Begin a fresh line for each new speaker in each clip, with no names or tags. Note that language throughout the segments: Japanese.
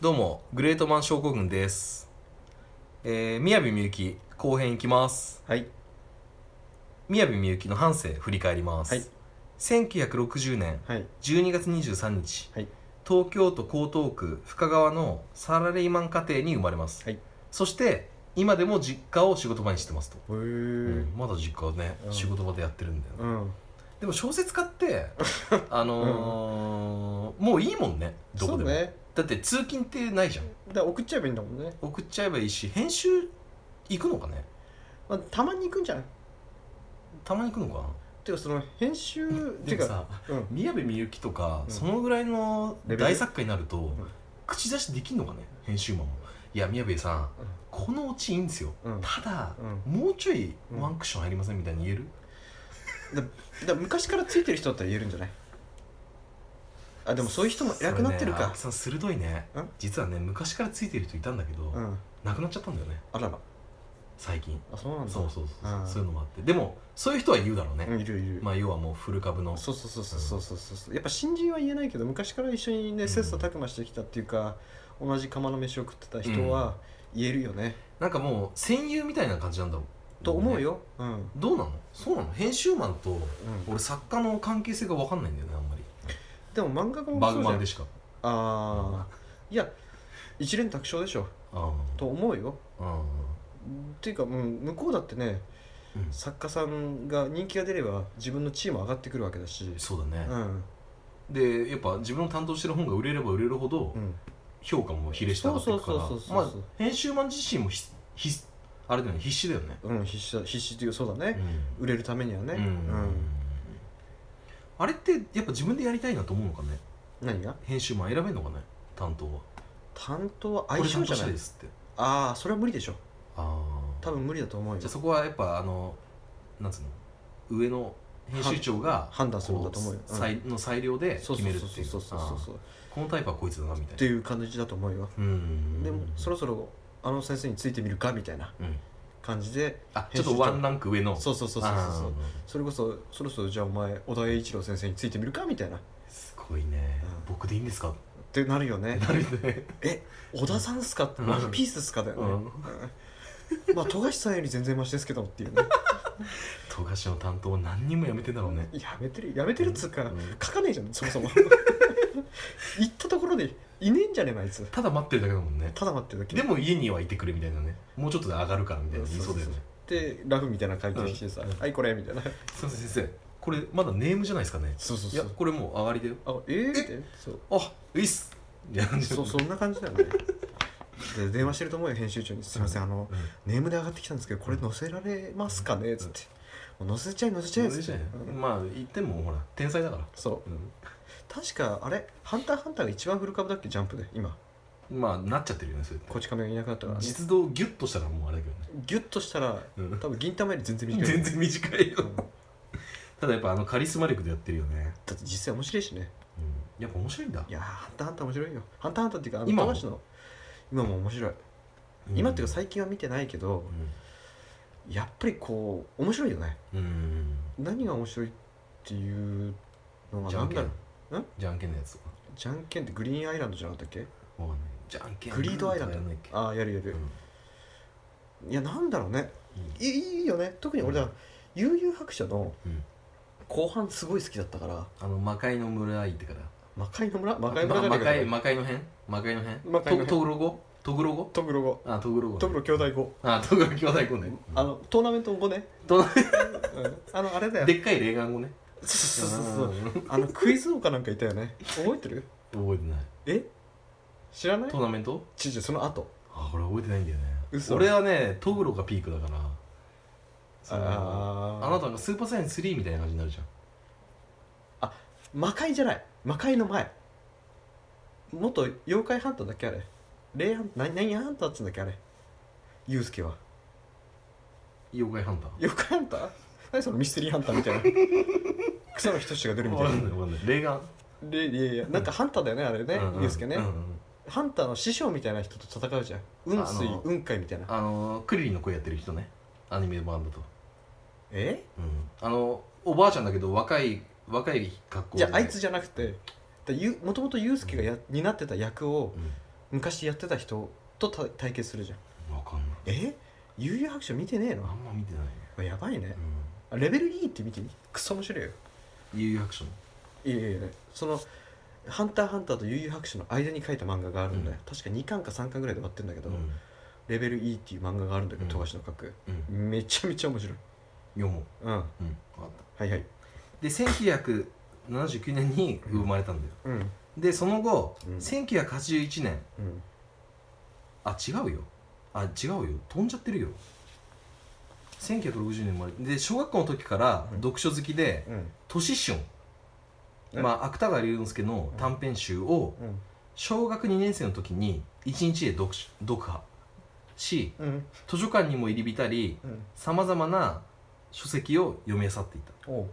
どうもグレートマン症候群ですえー、宮部みゆき後編いきます
はい
宮部みゆきの半生振り返ります、
はい
1960年
はい
12月23日、
はい
東京都江東区深川のサラリーマン家庭に生まれます、
はい
そして今でも実家を仕事場にしてますと、
へえう
うん
ん
まだ実家はね、
うん
仕事場でやってるんだよね、
うん
でも小説家って あのーもういいもんねど
そ
こ
う
でも、
ね
だって通勤ってないじゃん
だから送っちゃえばいいんだもんね、
送っちゃえばいいし編集行くのかね
まあ、たまに行くんじゃない
たまに行くのかな
ていうかその編集っ
で
ていう
も
か
さ
うん
宮部みゆきとか、
うん
そのぐらいの
レベル
大作家になると、
ん
口出しできんのかね編集マンもいや宮部さんこのオチいいんですよ、
うん
ただ、
う
もうちょい
うん
ワンクッション入りませんみたいに言える、
だだ昔からついてる人だったら言えるんじゃないあでもそういう人もいなくなってる
それね
か
青木さん鋭いね
うん
実はね昔からついてる人いたんだけど、
うん
亡くなっちゃったんだよね
あらら
最近
あそうなんだ
そうそうそうそう、
うん
そういうのもあってでもそういう人は言うだろうね、
んいるいる、
まあ要はもう古株の
そうそうそうそうそうそうそうやっぱ新人は言えないけど昔から一緒にね
ん
切磋琢磨してきたっていうか、同じ釜の飯を食ってた人は言えるよね、
なんかもう戦友みたいな感じなんだろう
と思う
ね
よ、うん、うん、
どうなのそうなの編集マンと俺作家の関係性が分かんないんだよねあんまり
でも漫画家も
バ
そ
グ
うじ
マ
ゃ
ン
ん
でしか
ああいや一連卓勝でしょ
あ
と思うよ
あうん
っていうか、うん、向こうだってね
うん
作家さんが人気が出れば自分の地位も上がってくるわけだし
そうだね
う、ん
でやっぱ自分の担当してる本が売れれば売れるほど
うん
評価も比例して上がっていくから
そうそうそう
ま
そう
あ
そう
編集マン自身もひひあれだよね必死だよね
うん必死だ必死っていうそうだね、売れるためにはね
うん、あれってやっぱ自分でやりたいなと思うのかね
うん何が
編集マン選べるのかね担当は
担当は
こ
相
れ
性
担
じ
当
ゃ
した
ないい
ですって
ああそれは無理でしょ
ああ
多分無理だと思うよ
じゃあそこはやっぱあのなんつうの上の編集長が
判断するんだと思うよ
こ
うん
裁の裁量で
そう
決
そ
め
う
るっ
そう
て
そ
いうう
そうそう
あ
そう
あこのタイプはこいつだなみた
って
いな
いう感じだと思うよ
うん
でもそろそろあの先生についてみるかみたいな
うん
感じで
あちょっとワンランク上の
そうそうそうそうそう
ああ
そうそれこそそろそろじゃあお前小田栄一郎先生についてみるかみたいなっ
すごいね
うん
僕でいいんですかって
なるよ ね
てなるね
え小田さんっすかって
うん
ワンピースっすかだよね、
うん
うんまあ富樫さんより全然マシですけどっていうね
富樫の担当何人も辞めてんだろうね
やめてるやめてるっつうか、
うん
書かねえじゃんそもそ も行ったところでいねえんじゃねえのあいつ
ただ待ってるだけだもんね
ただ待ってるだけ
でも家にはいてくれみたいなねもうちょっとで上がるからみたいな言いそうだよね
でラフみたいな書いてきてさ
う
「
ん
はいこれ」みたいな「
すいません先生これまだネームじゃないですかね
そうそう
い
そ
や
う
これもう上がりだよ
あえー?」ってそう
あいいっすいや
そうそんな感じだよねで電話してると思うよ編集長に「すいませんあの
うん
ネームで上がってきたんですけどこれ載せられますかね?」っつって「もう載せちゃい載せちゃい」っつってうん
まあ言ってもほら天才だから、
そう確かあれ「ハンターハンター」が一番古株だっけジャンプで今
まあなっちゃってるよねそれって
こち亀がいなくなったからね
実動ギュッとしたらもうあれだけ
ギュッとしたら
どね、
多分銀玉より全然
うん、
短い
全然短いよ
うんだ
ただやっぱあのカリスマ力でやってるよね、
って実際面白いしね
うん、やっぱ面白いんだ
いやーハンターハンター面白いよハンターハンターっていうかあの
今
今
も
もの今も面白い
うん
今っていうか最近は見てないけどやっぱりこう面白いよね
うん、うん
何が面白いっていうのが
じゃん
何
け
だ
ん
ろううん
じゃんけんのやつとか
じゃんけんってグリーンアイランドじゃなかったっけ
わかんないじゃんけん
グリードアイラン
や
ド
んないっけ
ああやるや
う
る
ん、
いやなんだろうねいいいいよね特に俺だ、悠々白書の
うん
後半すごい好きだったから
あの魔界の村行ってから
魔界の村魔界
ま
村じゃ
魔
ねえ
界
か
魔界の辺魔界の辺
魔界の辺
とトグロ語トグロ語
トグロ語
あトグロ語ね
トグロ兄弟語
あトグロ兄弟語ね
あのトーナメント語ね、
どの
うん、あのあれだよ
でっかい霊眼語ね
そうそうそうそう
うん
あのクイズ王かなんかいたよね覚えてる
覚えてない
え知らない
トーナメント
ちょちょその後
あ俺覚えてないんだよね
嘘
俺はねトグロがピークだからその
あー
あなたがスーパーサイヤン3みたいな感じになるじゃん
魔界じゃない魔界の前元妖怪ハンターだっけあれ霊ハン何何ハンターっつうんだっけあれユウスケは
妖怪ハンタ
妖怪ハンター何そのミステリーハンターみ たいな草野仁志が出る
ー
み
わ
た
か
い
ん
な
ないわかんない霊眼
でいやいやなんかハンターだよねあれね
うんうん
ユウスケね、
うんうん
ハンターの師匠みたいな人と戦うじゃん雲水
あの
雲海みたいな
あのークリリンの声やってる人ねアニメ版だと
え
うんあのおばあちゃんだけど若い若い格好
じ
で
ゃああいつじゃなくてだゆもともとユウスケがや担ってた役を
うん
昔やってた人とた対決するじゃん
わかんない
え幽遊白書見てねえ
あ
の
んま見てないね
やばいね
う
レベル E って見てみクソ面白いよ
ん悠々白書の
いやいやいやその「ハンターハンター」と「悠々白書」の間に書いた漫画があるんで、
うん
確か2巻か3巻ぐらいで終わってんだけど、
うん
レベル E っていう漫画があるんだけど
うん
富樫、の書く
うん
めちゃめちゃ面白い
読もう
うん
う
は
ん分かった
いはい
で1979年に生まれたんだよ、
うん
でその後、
うん
1981年
うん
あ違うよあ違うよ飛んじゃってるよ1960年生まれで小学校の時から
うん
読書好きで
うん
「都市春」
え
まあ芥川龍之介の短編集を
うん
小学2年生の時に1日で読し読破し
うん
図書館にも入り浸り
うん
さまざまな書籍を読み漁っていた
おう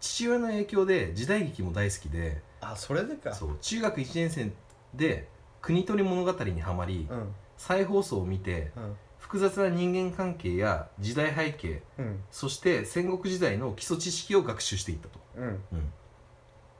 父親の影響で時代劇も大好きで
あそれでか
そう中学1年生で国取り物語にはまり、
うん
再放送を見て
うん
複雑な人間関係や時代背景
うん
そして戦国時代の基礎知識を学習していったと、
うん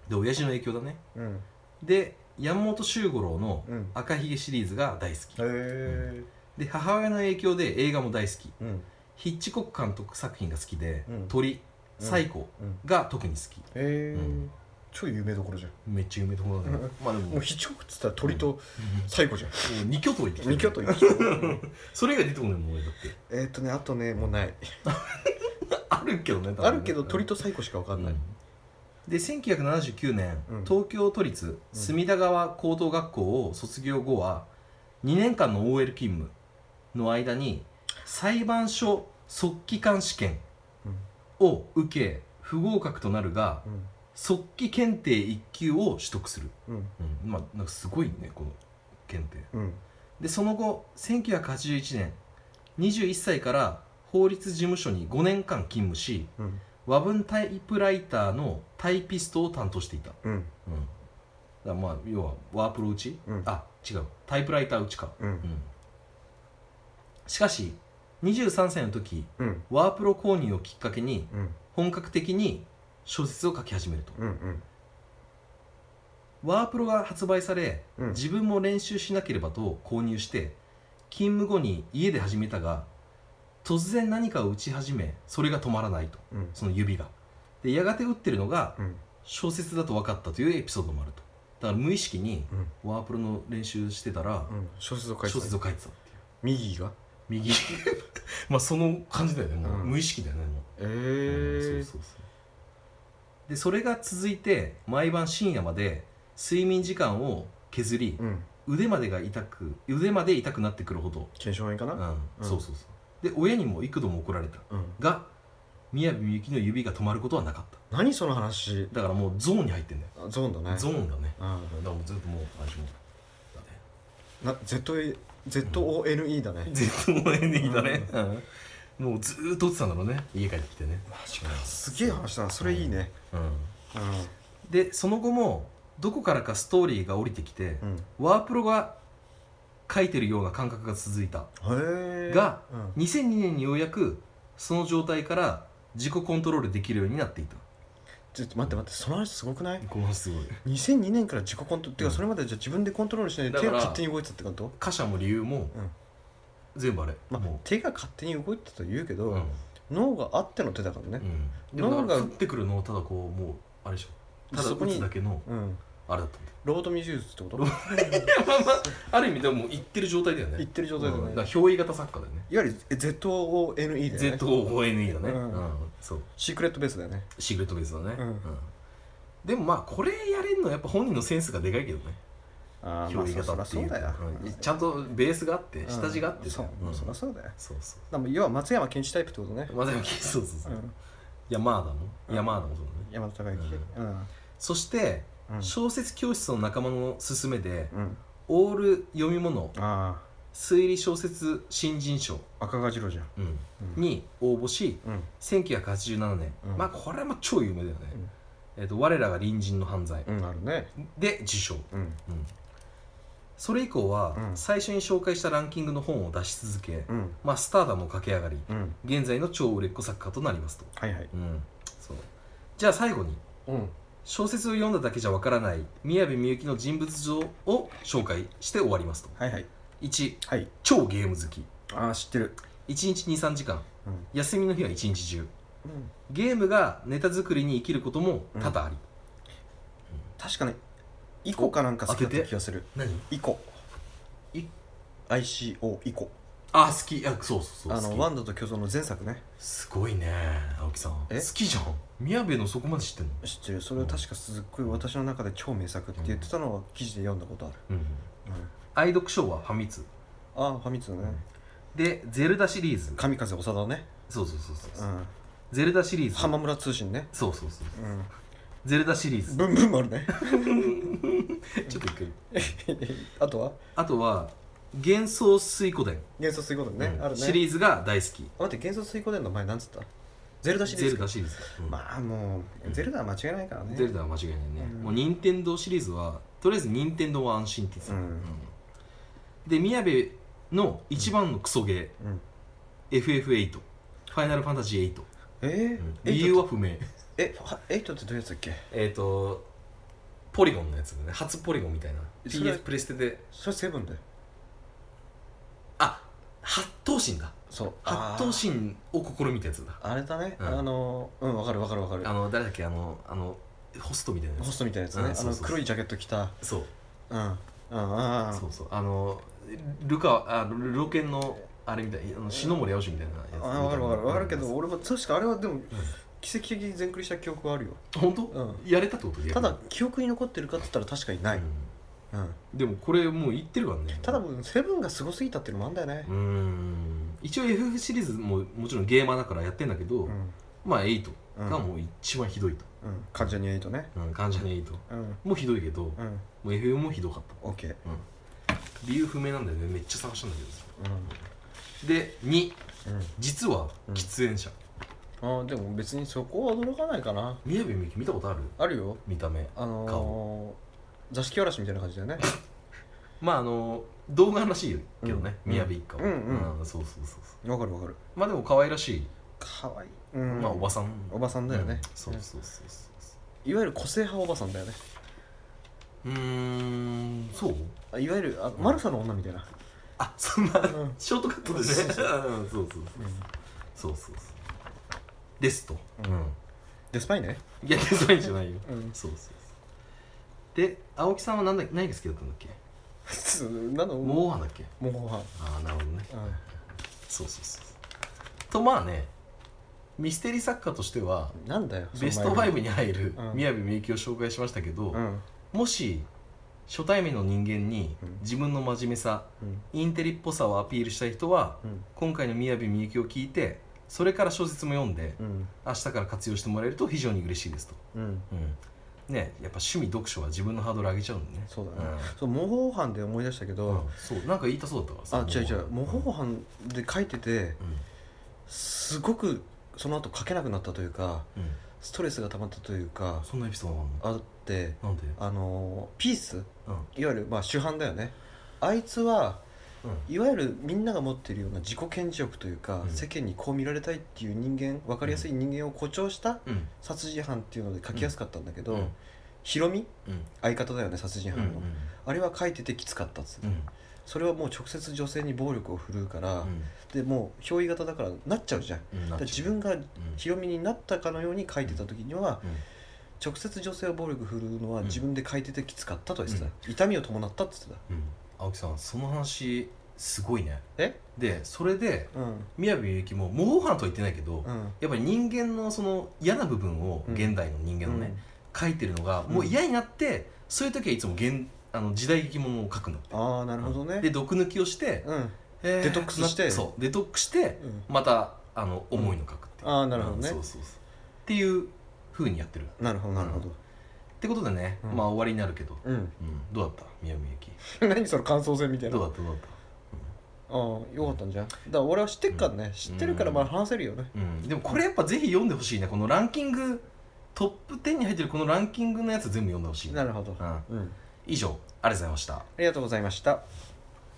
で親父の影響だね
うん
で山本周五郎の
うん
「赤ひげ」シリーズが大好き
へえ
で母親の影響で映画も大好き
うん
ヒッチコック監督作品が好きで「
うん
鳥」「
うん
サイコ
うん」
が特に好き
へえ
うん
超有名どころじゃん
めっちゃ有名どころだね
うん
まあでも
もう非常っつったら鳥と最後じゃん
2巨頭行ってきたね
二拠と一緒うん
それ以外出てこないもん俺だって
えーっとねあとねもうない
あるけどね多分ね
あるけど鳥と最後しかわかんない
で1979年、
うん
東京都立隅田川高等学校を卒業後は2年間の OL 勤務の間に裁判所速記官試験を受け不合格となるが
うん
速記検定1級を取得する、
うん
うん、まあなんかすごいねこの検定
うん
でその後1981年21歳から法律事務所に5年間勤務し
うん
和文タイプライターのタイピストを担当していた
うん
うん、だからまあ要はワープロ打ち、
うん
あ違うタイプライター打ちか、
う
うんん、しかし23歳の時
うん
ワープロ購入をきっかけに
うん
本格的に小説を書き始めると、
うんうん
ワープロが発売され
うん
自分も練習しなければと購入して勤務後に家で始めたが突然何かを打ち始めそれが止まらないと
うん
その指がでやがて打ってるのが
うん
小説だと分かったというエピソードもあるとだから無意識に
うん
ワープロの練習してたら、
うん小説を書いて
小説
た
を書いてたっていう
右が
右 まあその感じだよねもう、
うん
無意識だよねも
え
う、うん
ー
そうそうそうでそれが続いて毎晩深夜まで睡眠時間を削り、
うん
腕までが痛く腕まで痛くなってくるほど、
検証炎か
うん
な
そうそうそうで親にも幾度も怒られた
うん
が宮部みゆきの指が止まることはなかった
何その話
だからもうゾーンに入ってんだよ、
あゾーンだね
ゾーンだね
うん
だからもうずっともう私もだね
な ZA ZONE だね
絶望エネルギーだね、うんもうずーっと打ってたんだろうね家帰ってきてね
マジかすげえ話だなそれいいね
うん
う
でその後もどこからかストーリーが降りてきて、
んうん
ワープロが書いてるような感覚が続いた
へえ
が
うん
2002年にようやくその状態から自己コントロールできるようになっていた
ちょっと待って待ってその話すごくない
このすごい
2002年から自己コントっていう
うん
かそれまでじゃあ自分でコントロールしないで
だか
手
ら
が勝手に動いてたってこと
貨車も理由も、
うん
全部あれ、
まあ
も
手が勝手に動いてたと言うけ
う、
ど、
うん
脳があっての手だから
う
ね
ん、でもだから
脳が
降ってくるのをただこうもうあれでしょただ
そこ
打
に
つだけの
うん、
あれだったんだよ
ロードミュージュってこと
まあまあある意味でももう言ってる状態だよね
言ってる状態だね、
うん
いわ
から憑依型作家だよね
ゆる ZONE だよね
ZONE だね、う
うんん
そう
シークレットベースだよね
シークレットベースだね、
うん
でもまあこれやれんのはやっぱ本人のセンスがでかいけどね
あー
憑依型
まあ
って
そり
いう
ゃそうだよ
か、うんちゃんとベースがあって
うん
下地があってさ
そう、
ん
そ
そ
り
う
ゃそうだよだか
そう
らもう要は松山ケンイチタイプってことね、
まあでも そうそう
う
そう、
ん、
山田も
うん
山田もそうだね
山田孝之
う
うんうん
そして
うん
小説教室の仲間の勧めで
うん
オール読み物
あ
推理小説新人賞、
あ赤川次郎じゃん
うん
うん
に応募し
うん
1987年、
うん
まあこれはまあ超有名だよね、えっと我らが隣人の犯罪
うんあるね
で受賞、
うん
うんそれ以降は
うん
最初に紹介したランキングの本を出し続け、
うん
まあ、スターダムを駆け上がり
うん
現在の超売れっ子作家となりますと、
はいはい
うんそうじゃあ最後に
うん
小説を読んだだけじゃわからない宮部みゆきの人物像を紹介して終わりますと
はいはい
1
はい
超ゲーム好き
ああ知ってる
1日23時間
うん
休みの日は一日中ゲームがネタ作りに生きることも多々あり、
確かねイコかなんか好きだった気がする
何
イコ
い
ICO イコ
あ好きあそうそうそう
あ
好
の
き
ワンダと巨像の前作ね
すごいね青木さん好
え
きじゃん宮部のそこまで知ってんの
知ってるそれを確かすっごい私の中で超名作って言ってたのは記事で読んだことある、
うん
うん
愛読書はファミ通
ああファミ通ね
でゼルダシリーズ
神風長田ね
そうそうそうそう
う
そう、
ん
ゼルダシリーズ
浜村通信ね
そうそうそう
うん
ゼルダシリ ーズ
ブンブン丸ね
ちょっと一回
あとは
あとは幻想水湖伝、
幻想水滸伝ね、
うん
あるね
シリーズが大好き
あ待って幻想水滸伝の前なんつったゼルダシリ
ゼ
ーズ
ル
か
ダシリーズ、うん
まあもうゼルダは間違いないからね
ゼルダは間違いないね、
うん
もう任天堂シリーズはとりあえず任天堂は安心って言ってた
うん
で宮部の一番のクソゲ
うん
ー、FF8 ファイナルファンタジー8、
えー
うん
エイト
理由は不明
えはエイトってどういうやつだっけ
えっ、とポリゴンのやつだね初ポリゴンみたいな
それ
PS プレステで
それセブンだよ
あ八頭身だ
そう
八頭身を試みたやつだ
あーあれだね、
うん
あのうんわかるわかるわかる
あの誰だっけあのあのホストみたいなや
ホ
つ
ストみたいなやつね、
うん
あ
そう
の
そうそう
黒いジャケット着た
そう
うんうんうんうん
そうそうあのルカあルロケンのあれみたいあの篠森青しみたいなやつ
あ分かる分かる分かるけど
うん
俺も確かあれはでも奇跡的に全クリした記憶はあるよ
本当、
う
やれたってこと
ただ記憶に残ってるかって言ったら確かにな
ないい、、
うん、
でもこれもう言ってるからね
ただセブンがすごすぎたっていうのもあんだよね
うーん一応 FF シリーズももちろんゲーマーだからやってんだけど、
うん
まあ8
うん
がもう一番ひどいと、
うん関ジャニエイトね
うん、関ジャニ8
うん
もうひどいけど、
う
もう
ん
FF もひどかった
OK うん
理由不明なんだよねめっちゃ探したんだけどで2実は
うん
喫煙者、
あーでも別にそこは驚かないかな
宮部みゆき見たことある
あるよ
見た目
あの
顔
ー座敷わらしみたいな感じだよね
まああの動画らしいけどね、
うん
宮部一家は、
うんうん
そうそうそうそう
わかるわかる
まあでも可愛らしい、
かわいいうん
まあおばさん
おばさんだよね
うんそうそうそうそう
いわゆる個性派おばさんだよね
うーんそう
あいわゆるあマルサの女みたいな
あそんな、
ん
ショートカットでね
そ
う
う
んそうそうそうそうそうですと、
うんデスパイね
いやデザインじゃないよ
うん
そうそうそうで青木さんは何だ何が好きだったんだっけ
なの
モーハンだっけ
もうご飯
ああなるほどね
うん
そうそうそうとまあねミステリー作家としては
なんだよ
ベスト
その前に
5に入る
うん
宮部みゆきを紹介しましたけど、
うん
もし初対面の人間に
うん
自分の真面目さ
うん
インテリっぽさをアピールしたい人は
うん
今回の宮部みゆきを聞いてそれから小説も読んで
うん
明日から活用してもらえると非常に嬉しいですと、
うん
うん、ねやっぱ趣味読書は自分のハードル上げちゃうんでね
そうだね、そう模倣犯で思い出したけ
うん
ど、
そうなんか言いたそうだったから
あ違う違う模
も
倣犯で書いててすごくその後書けなくなったというか
うん、うん
ストレスが溜まったというか
そんなエピソードあ
あって
るのなんで
あのーピース
うん
いわゆるまあ主犯だよねあいつは
うん
いわゆるみんなが持っているような自己顕示欲というか、
うん
世間にこう見られたいっていう人間分かりやすい人間を誇張した
うん
殺人犯っていうので書きやすかったんだけど、
うん
ヒロミ
うん
相方だよね殺人
うん
犯の、あれは書いててきつかったっつって、
うん
それはもう直接女性に暴力を振るうから、
うん
でもう憑依型だからなっちゃうじゃんだ
うん
から自分が
うん
ヒロミになったかのように書いてた時には、
うん
直接女性を暴力振るうのは
うん
自分で書いててきつかったと言ってた、痛みを伴ったって言って
うん青木さんその話すごいね
え
でそれで
たうん
宮部みゆきも模倣犯とは言ってないけど、や
うん
っぱり人間のその嫌な部分を
うん
現代の人間のね、書いてるのがもう嫌になって、そういう時はいつも現あの時代劇ものを書くの
うんああなるほど
で
ね
毒抜きをして、
うん
えー
デトックスして
なそうデトックスして
うん
またあの思いの書くっていう、
ああなるほどね
うんそうそうそうっていうふうにやってるっ
なるほどなるほど
てことでね、
うん
まあ終わりになるけど、
うん、
うん、どうだった宮部みゆき
何その感想戦みたいな
どう
あ
だったどうだった
あよかったんじゃんだから俺は知ってっからね、知ってるからまあ話せるよね
うん、でもこれやっぱぜひ読んでほしいねこのランキングトップ10に入ってるこのランキングのやつ全部読んでほしいね
なるほど
うん
うん
以上ありがとうございました
ありがとうございました